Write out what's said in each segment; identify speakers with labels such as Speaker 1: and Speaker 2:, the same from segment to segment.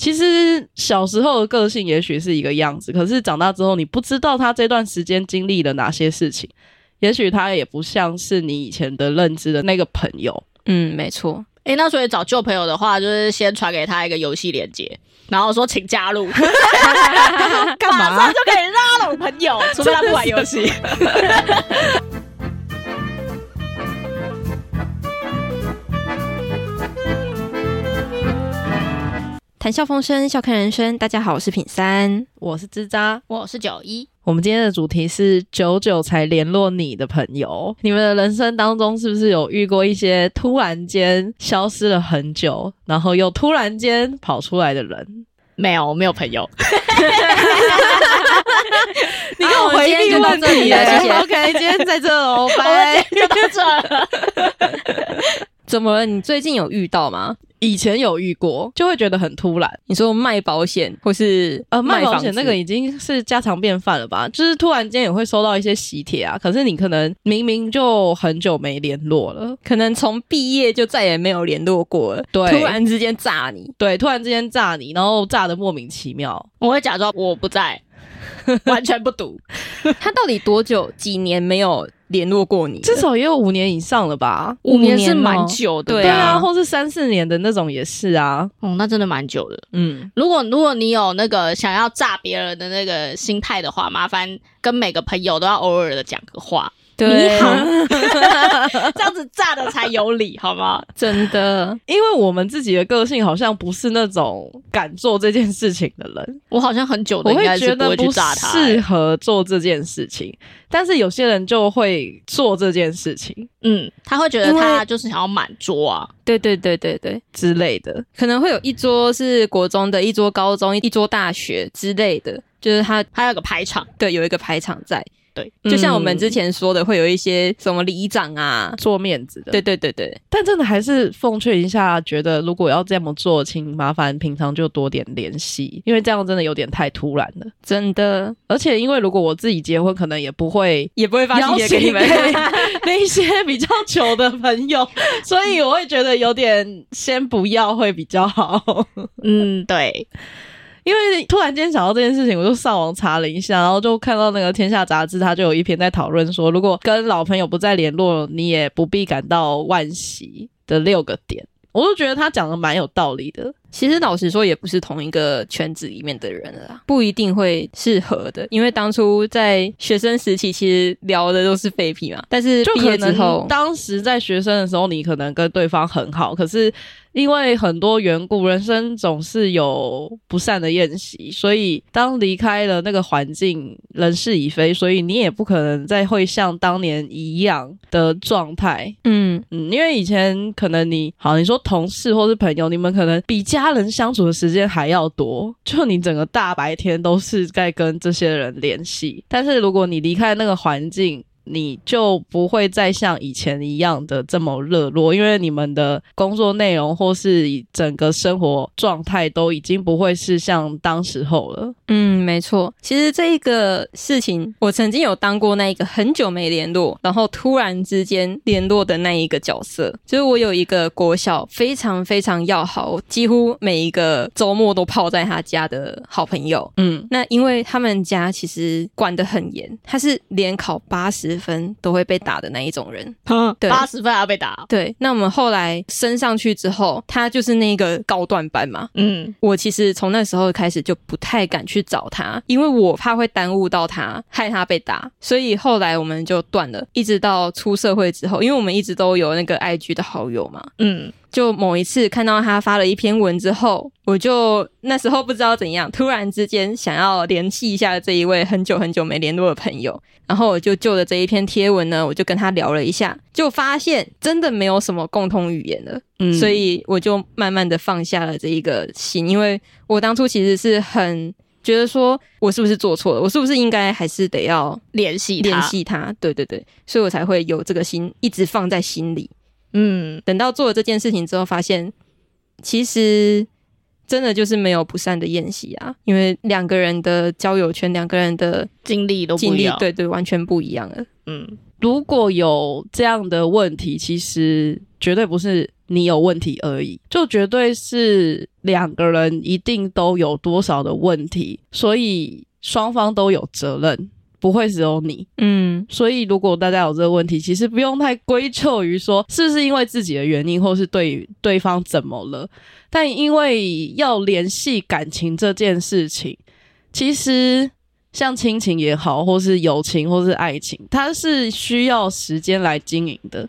Speaker 1: 其实小时候的个性也许是一个样子，可是长大之后，你不知道他这段时间经历了哪些事情，也许他也不像是你以前的认知的那个朋友。
Speaker 2: 嗯，没错。哎、那所以找旧朋友的话，就是先传给他一个游戏链接，然后说请加入，
Speaker 1: 干嘛
Speaker 2: 马上就可以拉拢朋友，除非他不玩游戏。
Speaker 3: 谈笑风生，笑看人生。大家好，我是品 三。
Speaker 1: 我是枝扎，
Speaker 2: 我是九一，
Speaker 1: 我们今天的主题是久久才联络你的朋友。你们的人生当中是不是有遇过一些突然间消失了很久，然后又突然间跑出来的人？
Speaker 2: 没有，我没有朋友。
Speaker 1: 你给我回
Speaker 3: 啊今天
Speaker 1: 避
Speaker 3: 就到
Speaker 1: 问
Speaker 3: 这
Speaker 1: 题
Speaker 3: 里
Speaker 1: 耶、
Speaker 3: 了谢 谢
Speaker 1: OK，今天在这哦，拜。
Speaker 2: 我哎就到这了，
Speaker 3: 怎么了？你最近有遇到吗？
Speaker 1: 以前有遇过，就会觉得很突然。
Speaker 3: 你说卖保险或是
Speaker 1: 呃，卖保
Speaker 3: 房
Speaker 1: 险
Speaker 3: 子
Speaker 1: 那个已经是家常便饭了吧？就是突然间也会收到一些喜帖啊，可是你可能明明就很久没联络了，
Speaker 3: 可能从毕业就再也没有联络过了，
Speaker 1: 对
Speaker 3: 突然之间炸你，
Speaker 1: 对，突然之间炸你，然后炸的莫名其妙。
Speaker 2: 我会假装我不 在，完全不读。
Speaker 3: 他到底多久、几年没有联络过你了？
Speaker 1: 至少也有五年以上了吧？
Speaker 3: 五年
Speaker 2: 是蛮
Speaker 3: 哦
Speaker 2: 久的，
Speaker 3: 对
Speaker 1: 对
Speaker 3: 啊
Speaker 1: 啊，或是三四年的那种也是啊。
Speaker 2: 哦，那真的蛮久的。
Speaker 1: 嗯，
Speaker 2: 如果如果你有那个想要炸别人的那个心态的话，麻烦跟每个朋友都要偶尔的讲 个话，
Speaker 3: 对，
Speaker 2: 你好这样子炸的才有理，好吗？
Speaker 3: 真的，
Speaker 1: 因为我们自己的个性好像不是那种敢做这件事情的人，
Speaker 2: 我好像很久的
Speaker 1: 我
Speaker 2: 应
Speaker 1: 会
Speaker 2: 该
Speaker 1: 觉
Speaker 2: 是不
Speaker 1: 得
Speaker 2: 会去
Speaker 1: 不
Speaker 2: 炸他、
Speaker 1: 适
Speaker 2: 欸
Speaker 1: 合做这件事情，但是有些人就会做这件事情
Speaker 2: 嗯，他会觉得
Speaker 3: 因为
Speaker 2: 他就是想要满桌啊，
Speaker 3: 对对对对对，
Speaker 1: 之类的。
Speaker 3: 可能会有一桌是国中的，一桌高中，一桌大学之类的，就是他
Speaker 2: 他有个排场，
Speaker 3: 对有一个排场在。
Speaker 2: 对，
Speaker 3: 就像我们
Speaker 1: 嗯
Speaker 3: 之前说的，会有一些什么里长啊，
Speaker 1: 做面子的，
Speaker 3: 对，对对对，
Speaker 1: 但真的还是奉劝一下，觉得如果要这么做，请麻烦平常就多点联系，因为这样真的有点太突然了。
Speaker 3: 真的
Speaker 1: 而且，因为如果我自己结婚，可能也不会
Speaker 3: 也不会发信息给你 们。
Speaker 1: 邀请给那一些比较久的朋友，所以我会觉得有点先不要会比较好。
Speaker 2: 嗯，对，
Speaker 1: 因为突然间想到这件事情，我就上网查了一下，然后就看到那个《天下》杂志，它就有一篇在讨论说，如果跟老朋友不再联络，你也不必感到惋惜的六个点。我就觉得他讲的蛮有道理的，
Speaker 3: 其实老实说，也不是同一个圈子里面的人了啦，不一定会适合的。因为当初在学生时期，其实聊的都是废屁嘛，但是
Speaker 1: 就
Speaker 3: 毕
Speaker 1: 可
Speaker 3: 业之后
Speaker 1: 能，当时在学生的时候，你可能跟对方很好，可是因为很多缘故，人生总是有不散的宴席，所以当离开了那个环境，人事已非，所以你也不可能再会像当年一样的状态。
Speaker 3: 嗯，
Speaker 1: 嗯，因为以前可能你好，你说同事或是朋友，你们可能比家人相处的时间还要多，就你整个大白天都是在跟这些人联系。但是如果你离开那个环境，你就不会再像以前一样的这么热络，因为你们的工作内容或是整个生活状态都已经不会是像当时候了。
Speaker 3: 嗯，没错。其实这一个事情，我曾经有当过那一个很久没联络，然后突然之间联络的那一个角色。就是我有一个国小非常非常要好，我几乎每一个周末都泡在他家的好朋友。
Speaker 1: 嗯，
Speaker 3: 那因为他们家其实管得很严，他是连考八十分都会被打的那一种人。
Speaker 1: 嗯
Speaker 3: 对
Speaker 2: 八十分还要被打，
Speaker 3: 对，那我们后来升上去之后，他就是那个高段班嘛，
Speaker 2: 嗯，
Speaker 3: 我其实从那时候开始就不太敢去找他，因为我怕会耽误到他，害他被打。所以后来我们就断了，一直到出社会之后，因为我们一直都有那个 IG 的好友嘛。
Speaker 2: 嗯，
Speaker 3: 就某一次看到他发了一篇文之后，我就那时候不知道怎样，突然之间想要联系一下这一位很久很久没联络的朋友，然后我就就着这一篇贴文呢，我就跟他聊了一下，就发现真的没有什么共同语言了。
Speaker 1: 嗯
Speaker 3: 所以我就慢慢的放下了这一个心，因为我当初其实是很觉得说，我是不是做错了，我是不是应该还是得要
Speaker 2: 联系他
Speaker 3: 联，系他？对对对，所以我才会有这个心一直放在心里。
Speaker 2: 嗯，
Speaker 3: 等到做了这件事情之后，发现其实真的就是没有不散的宴席啊，因为两个人的交友圈，两个人的
Speaker 2: 经历都
Speaker 3: 经
Speaker 2: 不一
Speaker 3: 历，
Speaker 2: 样，，
Speaker 3: 对对，完全不一样了。
Speaker 2: 嗯，
Speaker 1: 如果有这样的问题，其实绝对不是你有问题而已，就绝对是两个人一定都有多少的问题，所以双方都有责任，不会只有你。
Speaker 3: 嗯，
Speaker 1: 所以，如果大家有这个问题，其实不用太归咎于说是不是因为自己的原因，或是对对方怎么了。但因为要联系感情这件事情，其实像亲情也好，或是友情，或是爱情，它是需要时间来经营的。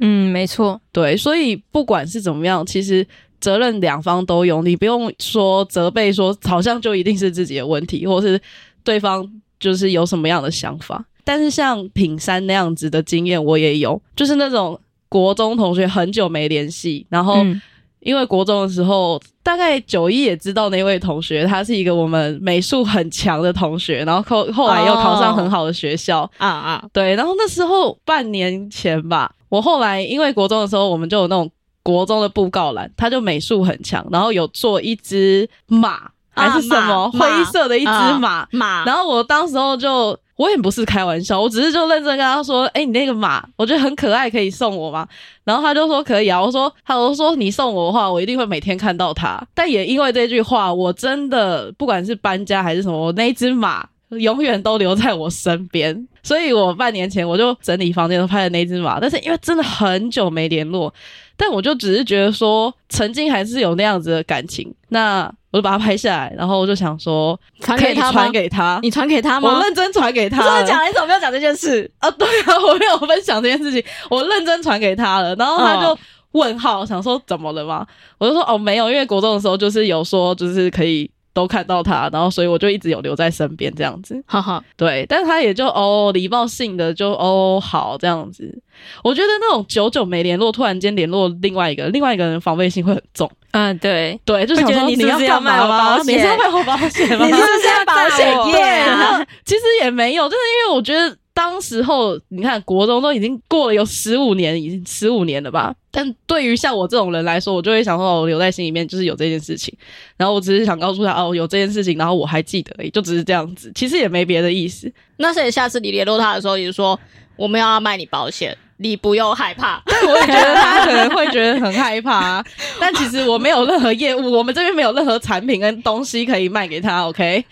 Speaker 3: 嗯，没 错，
Speaker 1: 对，所以不管是怎么样，其实责任两方都有，你不用说责备说好像就一定是自己的问题，或是对方就是有什么样的想法。但是像品山那样子的经验，我也有，就是那种国中同学很久没联系，然后
Speaker 3: 嗯
Speaker 1: 因为国中的时候，大概九一也知道那位同学，他是一个我们美术很强的同学，然后后后来又考上很好的学校，
Speaker 2: 啊啊，
Speaker 1: 对，然后那时候半年前吧，我后来因为国中的时候，我们就有那种国中的布告栏，他就美术很强，然后有做一只马还是什么、
Speaker 2: 啊马
Speaker 1: 灰色的一只
Speaker 2: 啊
Speaker 1: 马，
Speaker 2: 马，
Speaker 1: 然后我当时候就我也不是开玩笑，我只是就认真跟他说：“哎、你那个马，我觉得很可爱，可以送我吗？”然后他就说：“可以啊。”我说：“他我说你送我的话，我一定会每天看到它。”但也因为这句话，我真的不管是搬家还是什么，我那一只马永远都留在我身边。所以我半年前我就整理房间，都拍了那只马，但是因为真的很久没联络，但我就只是觉得说，曾经还是有那样子的感情，那我就把它拍下来，然后我就想说，
Speaker 2: 传
Speaker 1: 可
Speaker 2: 给
Speaker 1: 以
Speaker 2: 他吗
Speaker 1: 传给他，
Speaker 2: 你传给他
Speaker 1: 我
Speaker 2: 吗？
Speaker 1: 认啊真传给他
Speaker 2: 真
Speaker 1: 了。
Speaker 2: 的假的？你怎么没有讲这件事？
Speaker 1: 啊，对啊， 我没有分享这件事情，我认真传给他了，然后他就问号，想说怎么了吗？我就说哦没有，因为国中的时候就是有说就是可以都看到他，然后所以我就一直有留在身边这样子。
Speaker 2: 哈哈，
Speaker 1: 对，但他也就哦礼貌性的就哦好这样子。我觉得那种久久没联络，突然间联络另外一个，另外一个人防备心会很重。
Speaker 3: 啊，对，
Speaker 1: 对，就
Speaker 3: 会
Speaker 1: 想
Speaker 3: 觉得
Speaker 1: 说
Speaker 3: 你是不
Speaker 1: 要
Speaker 3: 是要
Speaker 1: 干
Speaker 3: 卖
Speaker 1: 嘛
Speaker 3: 我
Speaker 1: 吗？
Speaker 3: 保
Speaker 1: 你是要
Speaker 3: 险
Speaker 1: 卖我保险吗？
Speaker 3: 你是不是在保险业
Speaker 1: 对
Speaker 3: 啊
Speaker 1: 那其实也没有，就是因为我觉得当时候，你看国中都已经过了有十五年，已经十五年了吧。但对于像我这种人来说，我就会想说，我哦留在心里面就是有这件事情，然后我只是想告诉他，哦，有这件事情，然后我还记得而已，就只是这样子，其实也没别的意思。
Speaker 2: 那所以下次你联络他的时候，你就说我们要卖你保险，你不用害怕。
Speaker 1: 但 我也觉得他可能会觉得很害怕、啊， 但其实我没有任何业务，我们这边没有任何产品跟东西可以卖给他。OK，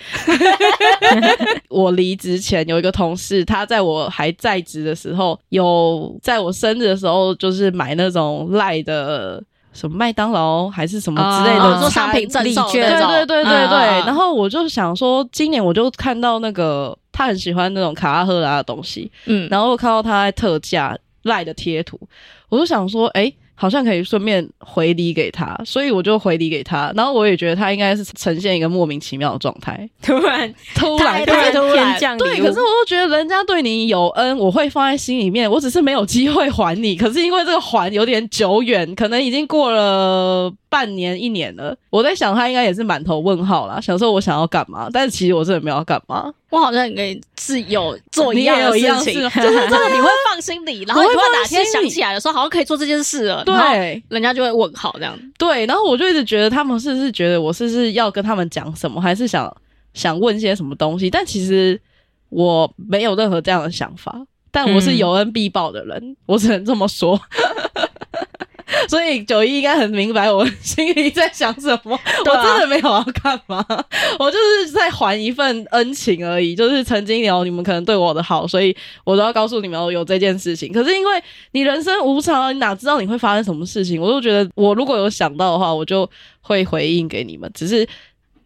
Speaker 1: 我离职前有一个同事，他在我还在职的时候，有在我生日的时候，就是买那种赖的什么麦当劳还是什么之类的
Speaker 3: 哦
Speaker 1: 餐
Speaker 2: 做商品赠送
Speaker 3: 礼券
Speaker 2: 那种
Speaker 1: 对对对对对。
Speaker 2: 嗯嗯嗯
Speaker 1: 然后我就想说，今年我就看到那个他很喜欢那种卡拉赫拉的东西，
Speaker 2: 嗯，
Speaker 1: 然后我看到他在特价赖的贴图，我就想说，哎、好像可以顺便回礼给他，所以我就回礼给他。然后我也觉得他应该是呈现一个莫名其妙的状态，
Speaker 3: 突然
Speaker 1: 突然
Speaker 2: 太突然
Speaker 3: 天降
Speaker 1: 对，
Speaker 3: 礼
Speaker 1: 可
Speaker 3: 物
Speaker 1: 是我，又觉得人家对你有恩，我会放在心里面，我只是没有机会还你。可是因为这个还有点久远，可能已经过了半年一年了。我在想他应该也是满头问号啦，想说我想要干嘛，但是其实我真的没有要干嘛。
Speaker 2: 我好像跟你是有做
Speaker 1: 你
Speaker 2: 一
Speaker 1: 也
Speaker 2: 样的
Speaker 1: 有一
Speaker 2: 事
Speaker 1: 样
Speaker 2: 情，
Speaker 1: 事吗
Speaker 2: 就是真的你会放心里，然后
Speaker 1: 我会
Speaker 2: 你突然哪
Speaker 1: 放心
Speaker 2: 天想
Speaker 1: 里
Speaker 2: 起来的时候，好像可以做这件事了，然后
Speaker 1: 对，
Speaker 2: 人家就会问好这样。
Speaker 1: 对，然后我就一直觉得他们是不是觉得我是不是要跟他们讲什么，还是想想问些什么东西？但其实我没有任何这样的想法，但我是
Speaker 3: 嗯
Speaker 1: 有恩必报的人，我只能这么说。 所以九一应该很明白我 心里在想什么，
Speaker 2: 对啊
Speaker 1: 我真的没有要干嘛， 我就是在还一份恩情而已。就是曾经有你们可能对我的好，所以我都要告诉你们哦有这件事情。可是因为你人生无常，你哪知道你会发生什么事情？我就觉得，我如果有想到的话，我就会回应给你们。只是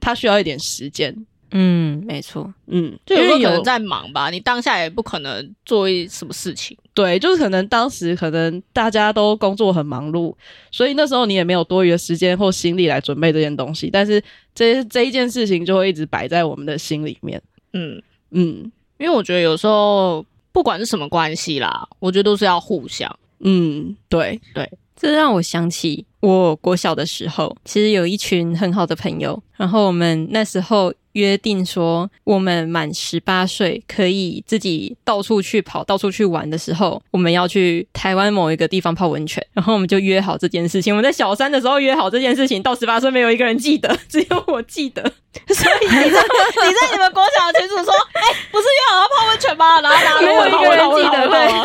Speaker 1: 他需要一点时间，
Speaker 3: 嗯，没错，
Speaker 1: 嗯，
Speaker 2: 就有时候
Speaker 1: 因为
Speaker 2: 可能在忙吧，你当下也不可能做一什么事情。
Speaker 1: 对，就是可能当时可能大家都工作很忙碌，所以那时候你也没有多余的时间或心力来准备这件东西。但是这这一件事情就会一直摆在我们的心里面。
Speaker 2: 嗯，
Speaker 1: 嗯
Speaker 2: 因为我觉得有时候不管是什么关系啦，我觉得都是要互相。
Speaker 1: 嗯，对，
Speaker 3: 这让我想起我国小的时候，其实有一群很好的朋友，然后我们那时候约定说，我们满十八岁可以自己到处去跑、到处去玩的时候，我们要去台湾某一个地方泡温泉，然后我们就约好这件事情。我们在小三的时候约好这件事情，到十八岁没有一个人记得，只有我记得。
Speaker 2: 所以你在你在你们国小的群主说，哎、不是约好要泡温泉吗？然后大家都
Speaker 3: 没有
Speaker 2: 问
Speaker 3: 一
Speaker 2: 好
Speaker 3: 个人
Speaker 2: 问好
Speaker 3: 记得
Speaker 2: 问好问好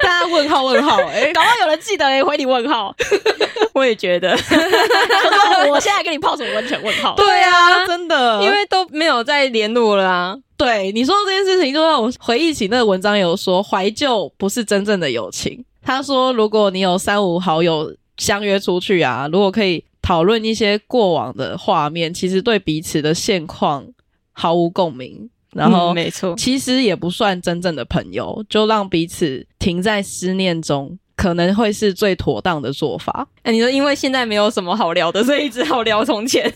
Speaker 1: 大家问号问号哎、
Speaker 2: 搞不好有人记得哎、回你问号。
Speaker 3: 我也觉得，
Speaker 2: 我说我现在跟你泡什么温泉问号？
Speaker 1: 对啊，真的，
Speaker 3: 因为都没有再联络了啊。
Speaker 1: 对你说这件事情，就让我回忆起那个文章有说，怀旧不是真正的友情。他说，如果你有三五好友相约出去啊，如果可以讨论一些过往的画面，其实对彼此的现况毫无共鸣，然后
Speaker 3: 嗯没错，
Speaker 1: 其实也不算真正的朋友，就让彼此停在思念中，可能会是最妥当的做法。
Speaker 3: 哎，你说因为现在没有什么好聊的，所以只好聊从前。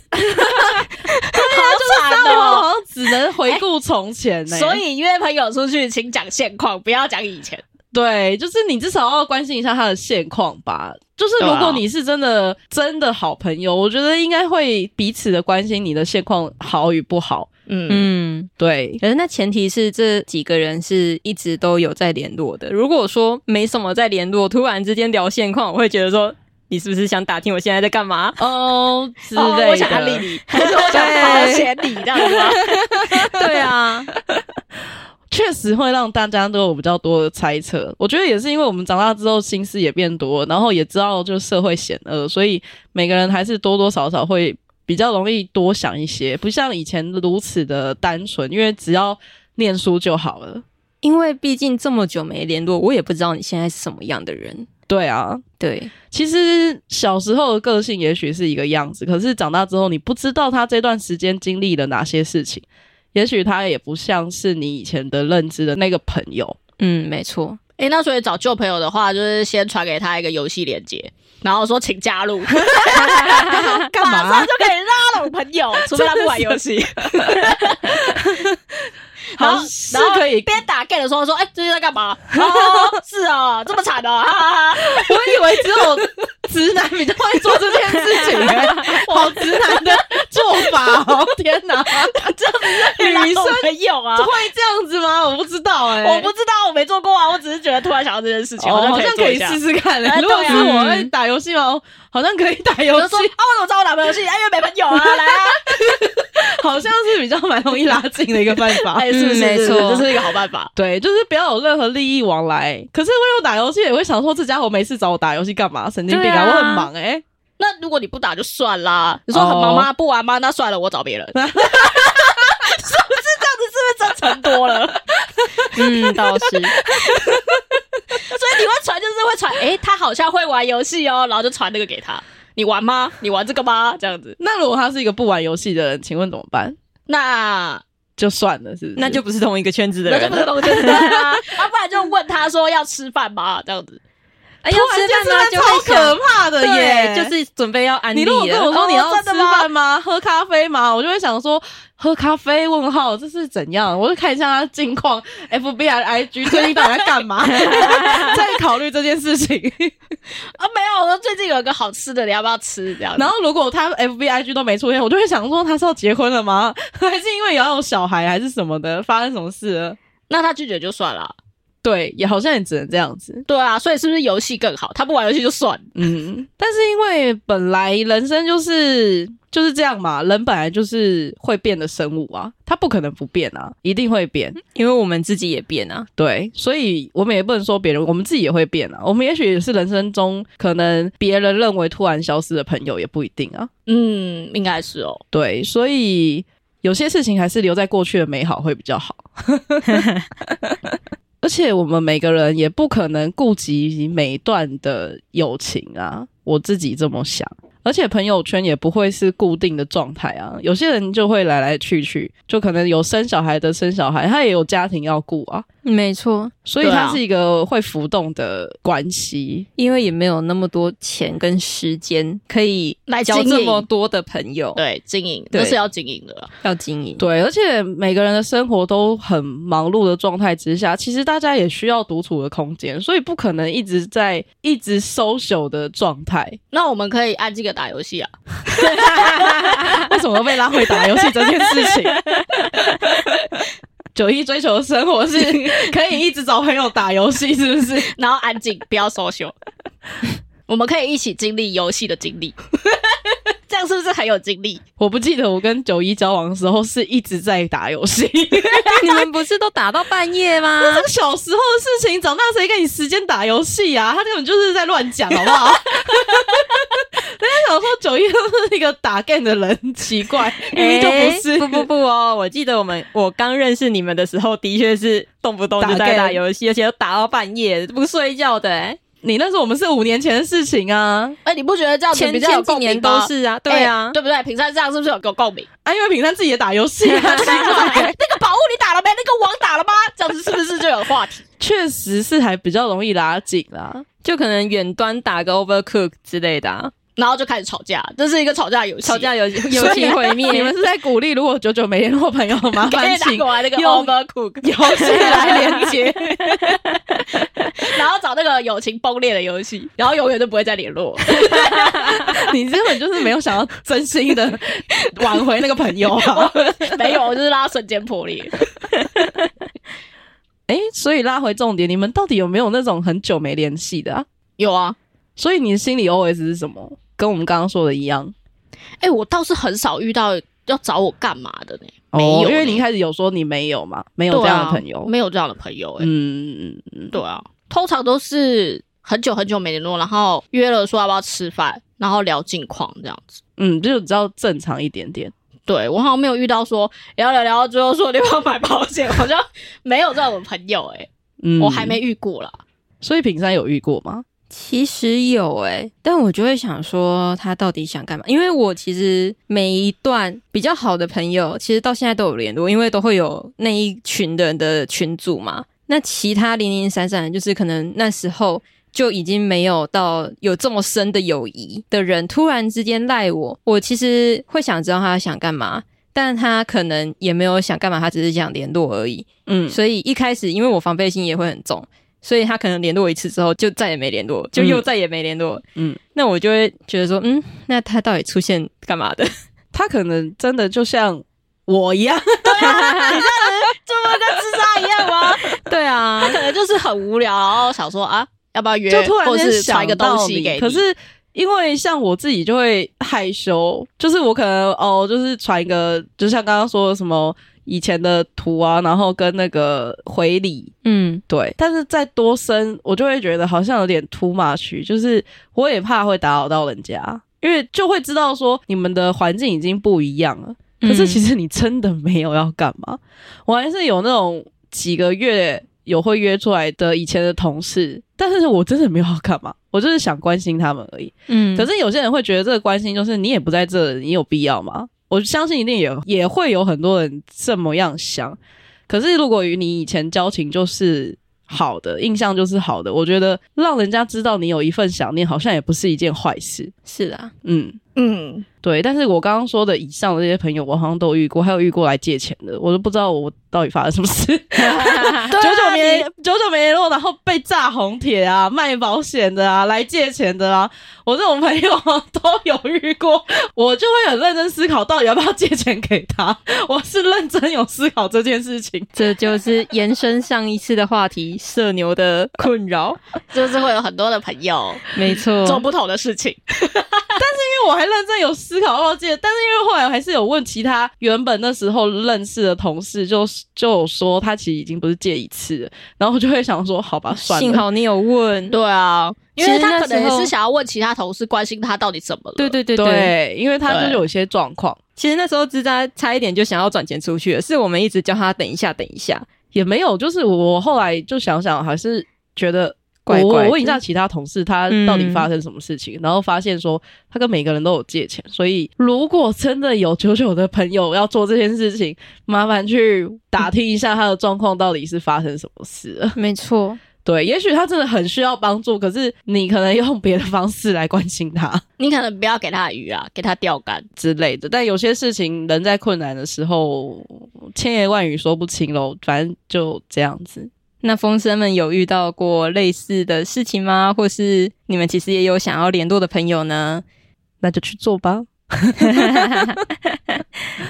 Speaker 2: 好惨
Speaker 1: 但我
Speaker 2: 哦、
Speaker 1: 好像只能回顾从前呢、
Speaker 2: 所以约朋友出去，请讲现况，不要讲以前。
Speaker 1: 对，就是你至少要关心一下他的现况吧。就是
Speaker 2: 对啊
Speaker 1: 如果你是真的、真的好朋友，我觉得应该会彼此的关心你的现况好与不好。
Speaker 2: 嗯，
Speaker 3: 嗯，
Speaker 1: 对，
Speaker 3: 可是那前提是这几个人是一直都有在联络的。如果说没什么在联络，突然之间聊现况，我会觉得说你是不是想打听我现在在干嘛？
Speaker 1: 哦之
Speaker 2: 哦
Speaker 1: 类
Speaker 2: 我想安利
Speaker 1: 的。
Speaker 2: 你，还是我想保险你，这样子 吗？
Speaker 3: 对啊，
Speaker 1: 确、实会让大家都有比较多的猜测。我觉得也是因为我们长大之后心思也变多，然后也知道就社会险恶，所以每个人还是多多少少会比较容易多想一些，不像以前如此的单纯，因为只要念书就好了。
Speaker 3: 因为毕竟这么久没联络，我也不知道你现在是什么样的人。
Speaker 1: 对啊，
Speaker 3: 对，
Speaker 1: 其实小时候的个性也许是一个样子，可是长大之后，你不知道他这段时间经历了哪些事情，也许他也不像是你以前的认知的那个朋 友。
Speaker 3: 嗯，没错。
Speaker 2: 哎、那所以找旧朋友的话，就是先传给他一个游戏链接，然后说请加 入，
Speaker 1: 干嘛
Speaker 2: 马上就可以拉拢朋友，除非他不玩游戏。然
Speaker 1: 好
Speaker 2: 后
Speaker 1: 是
Speaker 2: 然后
Speaker 1: 可以
Speaker 2: 边打 game 的时候说：“哎、最近在干嘛？”哦，是啊，这么惨啊！哈哈哈
Speaker 1: 我以为只有直男比较会做这件事 情、好直男的做法哦！天 哪，这女生
Speaker 2: 没有啊，
Speaker 1: 会这样子吗？我不知道哎、
Speaker 2: 我不知道，我没做过啊，我只是觉得突然想到这件事情，
Speaker 1: 哦好
Speaker 2: 好
Speaker 1: 像
Speaker 2: 可
Speaker 1: 可
Speaker 2: 以
Speaker 1: 以
Speaker 2: 做一下
Speaker 1: 试。试看、欸
Speaker 2: 哎
Speaker 1: 如果
Speaker 2: 对
Speaker 1: 是
Speaker 2: 啊
Speaker 1: 我会打游戏吗？好像可以打游
Speaker 2: 我就
Speaker 1: 戏
Speaker 2: 说，啊，我怎么知道我打朋友游戏？哎，因为没朋友啊，来啊！
Speaker 1: 好像是比较蛮容易拉近的一个办 法。
Speaker 2: 哎，是不是？
Speaker 3: 嗯没
Speaker 2: 是不是
Speaker 3: 错
Speaker 2: 这是一个好办法。
Speaker 1: 对，就是不要有任何利益往来。可是我有打游戏也会想说，这家伙没事找我打游戏干嘛？神经病啊！
Speaker 3: 对啊
Speaker 1: 我很忙哎、
Speaker 2: 那如果你不打就算啦，你说很忙吗？不玩吗？那算了，我找别哦 人。是不是这样子？是不是真诚多了？
Speaker 3: 嗯，倒是。
Speaker 2: 所以你会传，就是会传，诶、他好像会玩游戏哦，然后就传那个给他。你玩吗？你玩这个吗？这样子，
Speaker 1: 那如果他是一个不玩游戏的人，请问怎么办？
Speaker 2: 那
Speaker 1: 就算了，是不是？
Speaker 3: 那就不是同一个圈子的
Speaker 2: 那
Speaker 3: 人了。
Speaker 2: 就不是东西对啊，要不然就问他说要吃饭吗？这样子，
Speaker 3: 哎
Speaker 1: 突
Speaker 3: 呀，
Speaker 1: 然间
Speaker 3: 吃
Speaker 1: 吃饭
Speaker 3: 饭吗？就
Speaker 1: 超
Speaker 3: 会
Speaker 1: 可
Speaker 3: 想，
Speaker 1: 怕的耶！
Speaker 3: 对，就是准备要安利
Speaker 1: 你
Speaker 3: 了。
Speaker 1: 如果跟我说
Speaker 2: 哦
Speaker 1: 你要吃
Speaker 2: 真的吗
Speaker 1: 饭吗？喝咖啡吗？我就会想说喝咖啡？问号这是怎样？我就看一下他近况，FB 还是 IG 最近到底在干 嘛？再考虑这件事情。
Speaker 2: 啊，没有，我说最近有一个好吃的，你要不要吃？这样子，
Speaker 1: 然后如果他 F B I G 都没出现，我就会想说他是要结婚了吗？ 还是因为要有小孩还是什么的？发生什么事了？
Speaker 2: 那他拒绝就算了。
Speaker 1: 对，也好像也只能这样子。
Speaker 2: 对啊，所以是不是游戏更好？他不玩游戏就算。
Speaker 1: 嗯，但是因为本来人生就是就是这样嘛，人本来就是会变的生物啊，他不可能不变啊，一定会变。
Speaker 3: 因为我们自己也变啊，
Speaker 1: 对，所以我们也不能说别人，我们自己也会变啊。我们也许也是人生中可能别人认为突然消失的朋友，也不一定啊。
Speaker 2: 嗯，应该是哦。
Speaker 1: 对，所以有些事情还是留在过去的美好会比较 好。而且我们每个人也不可能顾及每段的友情啊，我自己这么想。而且朋友圈也不会是固定的状态啊，有些人就会来来去去，就可能有生小孩的生小孩，他也有家庭要顾啊，
Speaker 3: 没错。
Speaker 1: 所以
Speaker 2: 对啊
Speaker 1: 它是一个会浮动的关系。
Speaker 3: 因为也没有那么多钱跟时间可以
Speaker 2: 来
Speaker 3: 交
Speaker 2: 经
Speaker 3: 这
Speaker 2: 营
Speaker 3: 么多的朋友，
Speaker 2: 对，经营
Speaker 3: 对
Speaker 2: 那是要经营的啦。
Speaker 3: 要经营。
Speaker 1: 对，而且每个人的生活都很忙碌的状态之下，其实大家也需要独处的空间，所以不可能一直在一直 social 的状态。
Speaker 2: 那我们可以按这个打游戏啊。
Speaker 1: 为什么被拉回打游戏这件事情？九一追求的生活是可以一直找朋友打游戏，是不是？
Speaker 2: 然后 安 静，不要 social。我们可以一起经历游戏的经历，这样样是不是很有精力？
Speaker 1: 我不记得我跟九一交往的时候是一直在打游戏，
Speaker 3: 你们不是都打到半夜吗？
Speaker 1: 这个小时候的事情，长大谁给你时间打游戏啊？他根本就是在乱讲，好不好？ 人家想说九一是一个打 game 的人，奇怪，明明就不是。
Speaker 3: 欸不不不哦！我记得我们我刚认识你们的时候，的确是动不动就
Speaker 1: 打
Speaker 3: 在
Speaker 1: game
Speaker 3: 打游戏，而且都打到半夜不睡觉的、欸。
Speaker 1: 你那时候我们是五年前的事情啊，
Speaker 2: 哎、你不觉得这样子
Speaker 3: 前
Speaker 2: 比较有
Speaker 3: 前几
Speaker 2: 共鸣
Speaker 3: 年
Speaker 2: 吗
Speaker 3: 都是啊，对啊，
Speaker 2: 哎对不对？平山这样是不是有有 共鸣？
Speaker 1: 啊，因为平常自己也打游戏、啊，奇怪
Speaker 2: 哎那个宝物你打了没？那个王打了吗？这样子是不是就有话题？
Speaker 1: 确实是还比较容易拉近啦。
Speaker 3: 就可能远端打个 Overcook 之类的、啊，
Speaker 2: 然后就开始吵架，这是一个吵架游戏。
Speaker 3: 吵架游戏 友情毁 灭。
Speaker 1: 你们是在鼓励如果久久没联络 朋友，麻
Speaker 2: 可以
Speaker 1: 烦
Speaker 2: 打
Speaker 1: 请
Speaker 2: 过来那个
Speaker 1: 用
Speaker 2: Overcook，
Speaker 1: 游戏来连接。
Speaker 2: 然后找那个友情崩裂的游戏，然后永远都不会再 联络。
Speaker 1: 你根本就是没有想要真心的挽回那个朋友 啊！
Speaker 2: 没有，就是让他瞬间破裂。
Speaker 1: 哎、所以拉回重点，你们到底有没有那种很久没联系的啊？
Speaker 2: 有啊，
Speaker 1: 所以你的心里 OS 是什么？跟我们刚刚说的一样，
Speaker 2: 哎、我倒是很少遇到要找我干嘛的呢。没
Speaker 1: 哦
Speaker 2: 有呢、
Speaker 1: 因为你一开始有说你没有嘛，没有
Speaker 2: 对
Speaker 1: 这样
Speaker 2: 啊
Speaker 1: 的朋友，
Speaker 2: 没有这样的朋友、哎、
Speaker 1: 嗯，嗯嗯
Speaker 2: 对啊，通常都是很久很久没联络，然后约了说要不要吃饭，然后聊近况这样子。
Speaker 1: 嗯，就是比较正常一点点。
Speaker 2: 对我好像没有遇到说聊聊聊到最后说你要不要买保险，好像没有这种朋友哎、
Speaker 1: 嗯，
Speaker 2: 我还没，遇过啦。
Speaker 1: 所以平山有遇过吗？
Speaker 3: 其实有诶、但我就会想说他到底想干嘛？因为我其实每一段比较好的朋友，其实到现在都有联络，因为都会有那一群人的群组嘛。那其他零零散散的，就是可能那时候就已经没有到有这么深的友谊的人，突然之间赖我，我其实会想知道他想干嘛，但他可能也没有想干嘛，他只是想联络而已。
Speaker 1: 嗯，
Speaker 3: 所以一开始因为我防备心也会很重，所以他可能联络一次之后就再也没联络，就又再也没联络。
Speaker 1: 嗯
Speaker 3: 嗯，那我就会觉得说，嗯，那他到底出现干嘛的？
Speaker 1: 他可能真的就像我一样，
Speaker 2: 这不跟智障一样吗？
Speaker 3: 对啊，
Speaker 2: 可能就是很无聊，然后想说啊，要不要 约，
Speaker 1: 就突然
Speaker 2: 或
Speaker 1: 间
Speaker 2: 是
Speaker 1: 想
Speaker 2: 传一个东
Speaker 1: 到
Speaker 2: 西
Speaker 1: 你
Speaker 2: 给你。
Speaker 1: 可是因为像我自己就会害羞，就是我可能哦，就是传一个，就像刚刚说的什么以前的图啊，然后跟那个回礼。
Speaker 3: 嗯，
Speaker 1: 对，但是再多深，我就会觉得好像有点 too much，就是我也怕会打扰到人家，因为就会知道说你们的环境已经不一样了。可是其
Speaker 3: 实
Speaker 1: 实你真的没有要干嘛，我还是有那种几个月有会约出来的以前的同事，但是我真的没有要干嘛，我就是想关心他们而已。
Speaker 3: 嗯
Speaker 1: 可是有些人会觉得这个关心就是你也不在这里，你有必要吗？我相信一定也也会有很多人这么样想。可是如果与你以前交情就是好的，印象就是好的，我觉得让人家知道你有一份想念，好像也不是一件坏事。
Speaker 3: 是啊，
Speaker 1: 嗯。
Speaker 2: 嗯，
Speaker 1: 对，但是我刚刚说的以上的这些朋友，我好像都有遇过，还有遇过来借钱的，我都不知道我到底发生什么事。
Speaker 2: 对
Speaker 1: 久久
Speaker 2: 啊
Speaker 1: 没
Speaker 2: 你
Speaker 1: 久久没联络，然后被炸红帖啊，卖保险的啊，来借钱的啊，我这种朋友都有遇过，我就会很认真思考，到底要不要借钱给他。我是认真有思考这件事情。
Speaker 3: 这就是延伸上一次的话题，社牛的困扰，
Speaker 2: 就是会有很多的朋友
Speaker 3: 没错，
Speaker 2: 做不同的事情。
Speaker 1: 因为我还认真有思考要不要借，但是因为后来我还是有问其他原本那时候认识的同事就，就有说他其实已经不是借一次了，然后我就会想说，好吧，算了。
Speaker 3: 幸好你有问，
Speaker 2: 对啊，因
Speaker 3: 其
Speaker 2: 为
Speaker 3: 实
Speaker 2: 他
Speaker 3: 那
Speaker 2: 可能
Speaker 3: 时
Speaker 2: 也
Speaker 3: 候
Speaker 2: 是想要问其他同事关心他到底怎么了。
Speaker 3: 对对对
Speaker 1: 对，因为他就是有一些状况，
Speaker 3: 其实那时候吱喳差一点就想要转钱出去了，是我们一直叫他等一下，等一下，
Speaker 1: 也没有，就是我后来就想想，还是觉得。
Speaker 3: 怪怪
Speaker 1: 我
Speaker 3: 的
Speaker 1: 我问一下其他同事，他
Speaker 3: 嗯
Speaker 1: 到底发生什么事情，然后发现说他跟每个人都有借钱，所以如果真的有九九的朋友要做这件事情，麻烦去打听一下他的状况到底是发生什么事了。
Speaker 3: 没错，
Speaker 1: 对，也许他真的很需要帮助，可是你可能用别的方式来关心他
Speaker 2: 你可能不要给他鱼啊，给他钓竿。
Speaker 1: 之类的。但有些事情，人在困难的时候，千言万语说不清喽。反正就这样子。
Speaker 3: 那风声们有遇到过类似的事情吗？或是你们其实也有想要联络的朋友呢？
Speaker 1: 那就去做吧。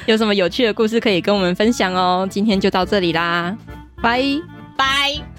Speaker 3: 有什么有趣的故事可以跟我们分享哦？今天就到这里啦，拜。
Speaker 2: 拜。